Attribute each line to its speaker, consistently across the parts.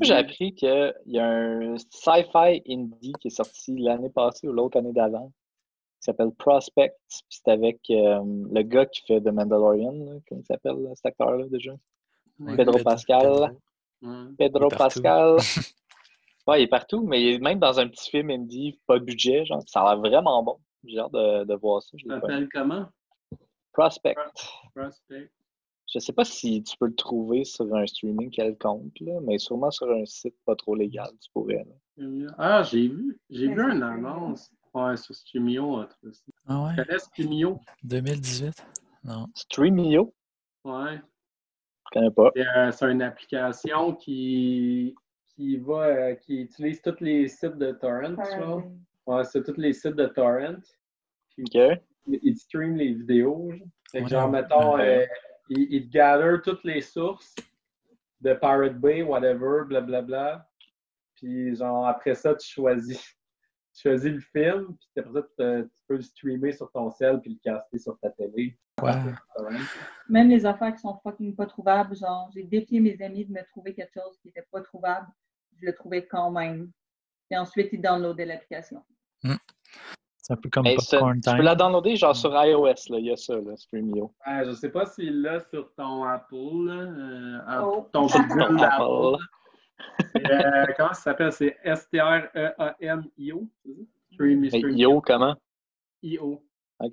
Speaker 1: J'ai appris qu'il y a un sci-fi indie qui est sorti l'année passée ou l'autre année d'avant, qui s'appelle Prospect, puis c'est avec euh, le gars qui fait The Mandalorian, là, comment il s'appelle là, cet acteur-là déjà?
Speaker 2: Ouais,
Speaker 1: Pedro
Speaker 2: Pedro-
Speaker 1: Pascal.
Speaker 2: Ouais.
Speaker 1: Pedro
Speaker 3: Il est partout.
Speaker 1: Pascal. ouais, il est partout, mais il est même dans un petit film indie, pas de budget, genre, ça a l'air vraiment bon. J'ai hâte de, de voir ça. je
Speaker 2: Tu
Speaker 1: l'ai pas vu.
Speaker 2: t'appelles comment?
Speaker 1: Prospect.
Speaker 2: Prospect.
Speaker 1: Je sais pas si tu peux le trouver sur un streaming quelconque, là, mais sûrement sur un site pas trop légal, tu pourrais. là.
Speaker 2: Ah, j'ai vu. J'ai
Speaker 4: Ouais,
Speaker 2: vu
Speaker 4: c'est
Speaker 2: une
Speaker 4: Strumio.
Speaker 2: annonce ouais, sur Stumio. un truc aussi.
Speaker 3: Ah ouais?
Speaker 2: Tu connais Stumio?
Speaker 3: 2018? Non.
Speaker 1: Streamio,
Speaker 2: Ouais.
Speaker 1: je connais pas.
Speaker 2: C'est euh, c'est une application qui, qui va euh, qui utilise tous les sites de Torrent. tu
Speaker 4: Euh,
Speaker 2: vois. Ouais, c'est tous les sites de Torrent.
Speaker 1: Ok.
Speaker 2: ils stream les vidéos. genre. Fait que,
Speaker 3: Ouais.
Speaker 2: genre, mettons,
Speaker 1: Ouais.
Speaker 2: euh, ils, ils te gatherent toutes les sources de Pirate Bay, whatever, blablabla. Puis, genre, après ça, tu choisis, tu choisis le film, puis après ça, tu, te- tu peux le streamer sur ton cell puis le caster sur ta télé.
Speaker 3: Wow.
Speaker 4: Même les affaires qui sont fucking pas trouvables, genre, j'ai défié mes amis de me trouver quelque chose qui n'était pas trouvable. Je le trouvais quand même. Et ensuite, ils downloadaient l'application.
Speaker 3: C'est un peu comme
Speaker 1: Hey, ça,
Speaker 3: Popcorn
Speaker 1: tu
Speaker 3: Time.
Speaker 1: peux la downloader genre sur iOS, là, il y a ça, là, Streamio.
Speaker 2: Ouais, Euh, je sais pas s'il l'a sur ton Apple, là, euh, App-
Speaker 4: Oh.
Speaker 2: ton
Speaker 1: Ton
Speaker 2: Google
Speaker 1: Apple.
Speaker 2: d'Apple. C'est, euh, comment ça s'appelle? C'est E S-T-R-E-A-M-I-O. c'est ça? Stream-
Speaker 1: Mais
Speaker 2: Stream-
Speaker 1: Yo, comment?
Speaker 2: I-O.
Speaker 1: Ok.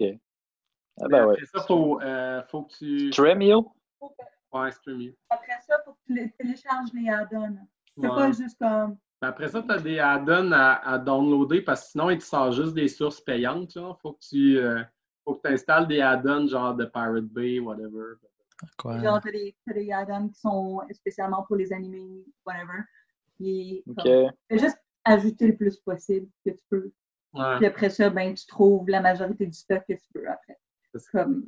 Speaker 1: Ah
Speaker 2: Mais
Speaker 1: ben ouais.
Speaker 2: Après ça, faut, euh, faut que tu.
Speaker 1: Tremio?
Speaker 2: Ouais, streamer.
Speaker 4: Après ça, pour que tu télécharges les add-ons. C'est
Speaker 2: Ouais.
Speaker 4: pas juste comme.
Speaker 2: Mais Après ça, tu as des add-ons à, à downloader parce que sinon, il te sort juste des sources payantes. Genre. Faut que tu euh, faut que installes des add-ons genre de Pirate Bay, whatever.
Speaker 3: Quoi?
Speaker 4: Genre, t'as des, t'as des add-ons qui sont spécialement pour les animés, whatever. Puis,
Speaker 1: Ok.
Speaker 4: comme,
Speaker 2: Ah.
Speaker 4: fais juste ajouter le plus possible que tu peux.
Speaker 2: Ouais.
Speaker 4: Puis après ça, ben, tu trouves la majorité du stock que tu peux après.
Speaker 2: C'est ça.
Speaker 4: Comme...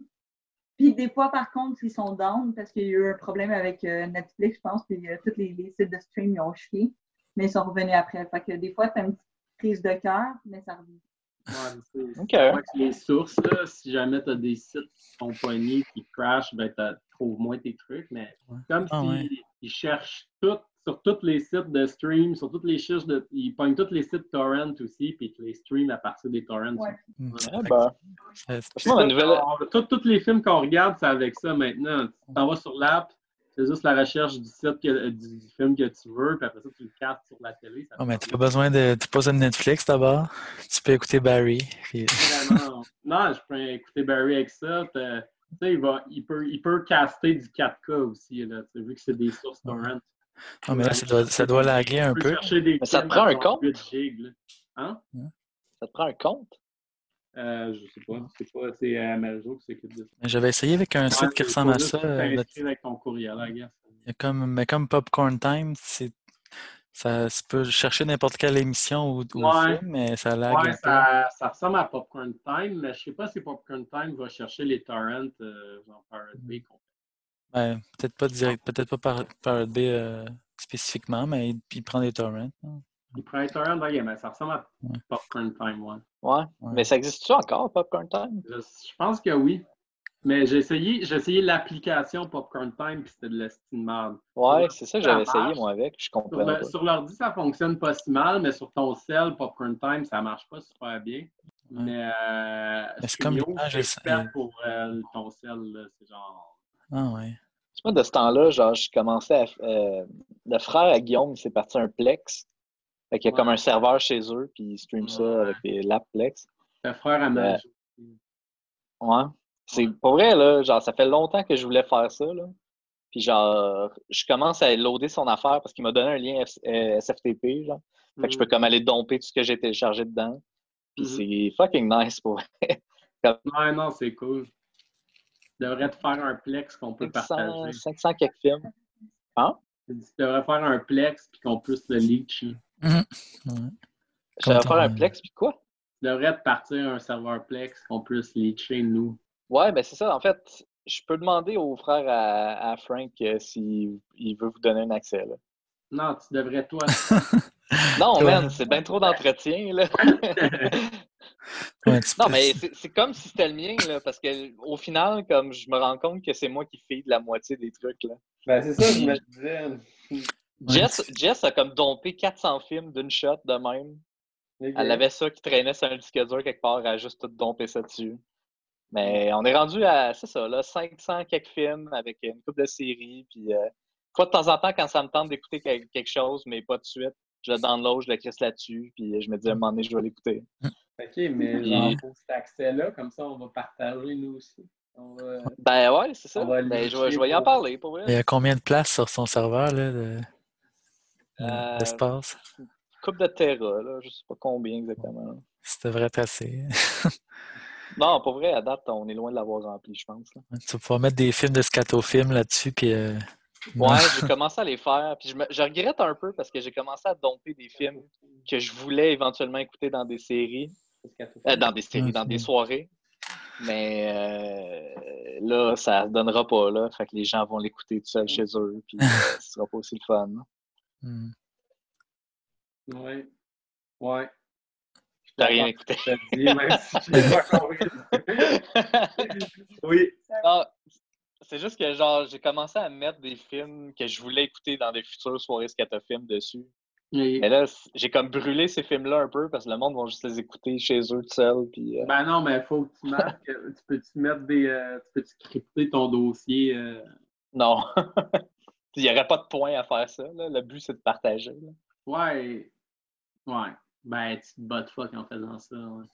Speaker 4: Puis des fois, par contre, ils sont down parce qu'il y a eu un problème avec euh, Netflix, je pense, puis euh, tous les, les sites de stream, ils ont chié, mais ils sont revenus après. Fait que des fois, t'as une petite crise de cœur, mais ça revient.
Speaker 2: Ouais, c'est- c'est
Speaker 1: Ok. Ah,
Speaker 2: vrai que les sources, là, si jamais tu as des sites qui sont poignés, qui crash, ben, tu trouves moins tes trucs. Mais
Speaker 3: Ouais.
Speaker 2: comme
Speaker 3: Ah,
Speaker 2: s'ils ils cherchent tout, sur tous les sites de stream, sur toutes les cherches de. Ils pognent tous les sites torrent aussi, puis ils te les stream à partir des torrents.
Speaker 4: Ouais.
Speaker 2: bah,
Speaker 3: Hmm. Euh,
Speaker 1: Ah ben.
Speaker 3: Fait que,
Speaker 1: Franchement, ma nouvelle.
Speaker 2: Euh, On- tout- Tous les films qu'on regarde, c'est avec ça maintenant. Tu t'en vas sur l'app, c'est juste la recherche du site, que- euh, du, du film que tu veux, puis après ça, tu le castes sur la télé. Ça
Speaker 3: oh, mais t'as
Speaker 2: te
Speaker 3: pas besoin de, t'as pas besoin de Netflix d'abord. Tu peux écouter Barry. puis-
Speaker 2: permet vraiment- Non, je peux écouter Barry avec ça. puis, euh, Tu sais, il, va, il, peut, il peut caster du 4K aussi, là, tu sais, vu que c'est des sources torrent.
Speaker 3: Non, oh, mais là, ça doit, ça doit laguer un
Speaker 2: Tu peux
Speaker 3: peu.
Speaker 2: chercher des
Speaker 1: Mais ça
Speaker 2: films
Speaker 1: te prend
Speaker 2: à
Speaker 1: un compte?
Speaker 2: 8 gigs, là. Hein?
Speaker 1: Ça te prend un compte?
Speaker 2: Euh, je sais pas. C'est pas, c'est euh, Maljo qui s'occupe de ça.
Speaker 3: J'avais essayé avec un site qui
Speaker 2: Ouais,
Speaker 3: ressemble à
Speaker 2: faut juste
Speaker 3: ça. euh, le-
Speaker 2: t'inscrire avec ton courriel, I guess.
Speaker 3: Il y a comme, mais comme Popcorn Time, c'est, ça, tu peux chercher n'importe quelle émission ou, ou
Speaker 2: Ouais.
Speaker 3: film, mais ça lag. un
Speaker 2: Ouais,
Speaker 3: peu.
Speaker 2: ça, ça ressemble à Popcorn Time, mais je sais pas si Popcorn Time va chercher les torrents, euh, genre Pirate Bay. qu'on-
Speaker 3: Ouais, Ben, peut-être pas direct, peut-être pas par, par B spécifiquement, mais il, il prend des torrents. hein.
Speaker 2: Il prend les torrents, ouais, mais ça ressemble à
Speaker 3: Ouais.
Speaker 2: Popcorn Time, ouais.
Speaker 1: Ouais.
Speaker 3: Ouais.
Speaker 1: Mais ça existe-tu encore, Popcorn Time?
Speaker 2: Je, je pense que oui. Mais j'ai essayé, j'ai essayé l'application Popcorn Time, puis c'était de la style de merde.
Speaker 1: Ouais,
Speaker 2: Ouais,
Speaker 1: c'est ça que
Speaker 2: ça
Speaker 1: j'avais essayé,
Speaker 2: marche.
Speaker 1: moi, avec. Je
Speaker 2: Sur
Speaker 1: comprends
Speaker 2: le-
Speaker 1: pas.
Speaker 2: Sur l'ordi, ça fonctionne pas si mal, mais sur ton cell, Popcorn Time, ça marche pas super bien. Mais euh,
Speaker 3: Mais c'est comme
Speaker 2: Studio,
Speaker 3: l'image,
Speaker 2: c'est
Speaker 3: elle-
Speaker 2: super pour euh, ton cell, là, c'est genre...
Speaker 3: Ah ouais.
Speaker 1: Tu vois, de ce temps-là, genre, je commençais à. euh, le frère à Guillaume, il s'est parti un Plex. Fait qu'il y a
Speaker 2: Ouais.
Speaker 1: comme un serveur chez eux, puis ils streament
Speaker 2: Ouais.
Speaker 1: ça avec des laps Plex.
Speaker 2: T'as frère à Majo.
Speaker 1: Ouais. C'est pour vrai, là, genre, ça fait longtemps que je voulais faire ça, là. Puis genre, je commence à loader son affaire parce qu'il m'a donné un lien S- euh, SFTP, genre. Fait
Speaker 2: Mm.
Speaker 1: que je peux comme aller domper tout ce que j'ai téléchargé dedans. Puis
Speaker 2: Mhm.
Speaker 1: c'est fucking nice pour vrai.
Speaker 2: Ouais, non, c'est cool. Tu devrais te faire un plex qu'on peut
Speaker 1: 500,
Speaker 2: partager.
Speaker 1: 500 quelques films.
Speaker 2: Tu devrais faire un plex puis qu'on puisse le leacher.
Speaker 1: Je vais
Speaker 3: Content.
Speaker 1: faire un Plex, puis quoi?
Speaker 2: Tu devrais te partir un serveur plex qu'on puisse leacher, nous.
Speaker 1: Ouais, ben c'est ça. En fait, je peux demander au frère à, à Frank euh, s'il il veut vous donner un accès, là.
Speaker 2: Non, tu devrais toi.
Speaker 1: Non,
Speaker 3: Ouais.
Speaker 1: man, c'est bien trop d'entretien, là.
Speaker 2: Ben,
Speaker 3: Ouais, tu
Speaker 1: Non,
Speaker 3: peux-
Speaker 1: mais c'est c'est comme si c'était le mien, là, parce que au final, comme je me rends compte que c'est moi qui fais de la moitié des trucs, là.
Speaker 2: ben, c'est
Speaker 1: ça que je me
Speaker 2: disais.
Speaker 1: Jess, Jess a comme dompé 400 films d'une shot de même.
Speaker 2: Les gars.
Speaker 1: Elle avait ça qui traînait sur un disque dur quelque part, elle a juste tout dompé ça dessus. Mais on est rendu à, c'est ça, là, 500 quelques films avec une couple de séries. Puis, euh, fois de temps en temps, quand ça me tente d'écouter quel- quelque chose, mais pas de suite, je le download, je le crisse là-dessus, puis je me dis à un moment donné, je vais l'écouter.
Speaker 2: OK, mais genre, faut cet accès-là, comme ça, on va partager nous aussi. On va-
Speaker 1: Ben ouais, c'est ça.
Speaker 2: On va le
Speaker 1: Ben, je,
Speaker 2: lister
Speaker 1: vais, je vais y en
Speaker 2: pour-
Speaker 1: parler pour vrai.
Speaker 3: Il y a combien de places sur son serveur, là, de-
Speaker 1: Euh,
Speaker 3: d'espace?
Speaker 1: Coupe de Terra, là, je sais pas combien exactement.
Speaker 3: Ça devrait être assez.
Speaker 1: Non, pour vrai, à date, on est loin de l'avoir rempli, je pense. là.
Speaker 3: Tu vas pouvoir mettre des films de scatofilms là-dessus, puis... euh, non.
Speaker 1: Ouais, j'ai commencé à les faire. Puis je, me- je regrette un peu parce que j'ai commencé à domper des films que je voulais éventuellement écouter dans des séries. Euh, dans des séries, dans des
Speaker 3: Ok.
Speaker 1: soirées. Mais euh, là, ça ne donnera pas, là. Fait que les gens vont l'écouter tout seul chez eux, puis euh, ce sera pas aussi le fun.
Speaker 3: Hmm.
Speaker 2: Ouais. Ouais. Ah,
Speaker 1: T'as rien écouté.
Speaker 2: Je te dis, même si je l'ai pas compris. Oui.
Speaker 1: Non, c'est juste que, genre, j'ai commencé à mettre des films que je voulais écouter dans des futures soirées scatofilms dessus.
Speaker 2: Oui.
Speaker 1: Mais là, c- j'ai comme brûlé ces films-là un peu parce que le monde va juste les écouter chez eux tout seul, puis... euh,
Speaker 2: Ben non, mais faut que tu marques. euh, Tu peux-tu mettre des. euh, tu peux-tu crypter ton dossier? euh,
Speaker 1: non. Il n'y aurait pas de point à faire ça, là. Le but, c'est de partager, là.
Speaker 2: Ouais. Ouais. Ben, tu te bats de fuck en faisant ça. ouais.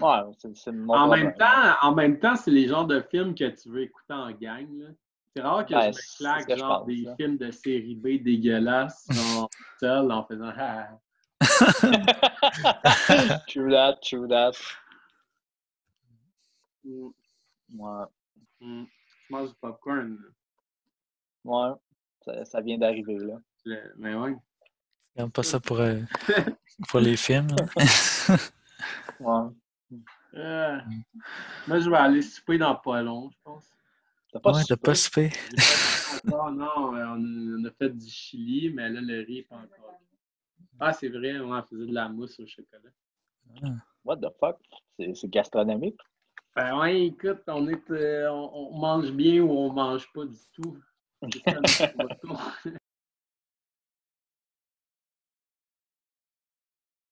Speaker 1: Ouais, c'est c'est mon
Speaker 2: En
Speaker 1: problème.
Speaker 2: même temps, en même temps, c'est les genres de films que tu veux écouter en gang. là. C'est rare que je
Speaker 1: Ben, c'est
Speaker 2: me
Speaker 1: ce que
Speaker 2: claque
Speaker 1: je
Speaker 2: genre
Speaker 1: pense,
Speaker 2: des
Speaker 1: là.
Speaker 2: films de série B dégueulasses genre, seul en faisant Ah,
Speaker 1: true that, true that.
Speaker 2: mm,
Speaker 1: Ouais,
Speaker 2: mm, je mange du popcorn.
Speaker 1: ouais. Ça, ça vient d'arriver, là.
Speaker 2: Le- Mais ouais.
Speaker 3: Regarde pas ça pour, euh, pour les films. là.
Speaker 1: Ouais.
Speaker 2: Euh,
Speaker 1: Mm.
Speaker 2: moi, je vais aller souper dans pas long, je pense.
Speaker 1: T'as pas
Speaker 3: ouais, t'as
Speaker 1: soupé?
Speaker 3: pas soupé.
Speaker 2: J'ai pas fait encore, non, euh, on, on a fait du chili, mais là, le riz est pas encore. là. Ah, c'est vrai, on en faisait de la mousse au chocolat.
Speaker 1: What the fuck? C'est c'est gastronomique.
Speaker 2: Ben ouais, écoute, on, est, euh, on, on mange bien ou on mange pas du tout. C'est ça, notre motto.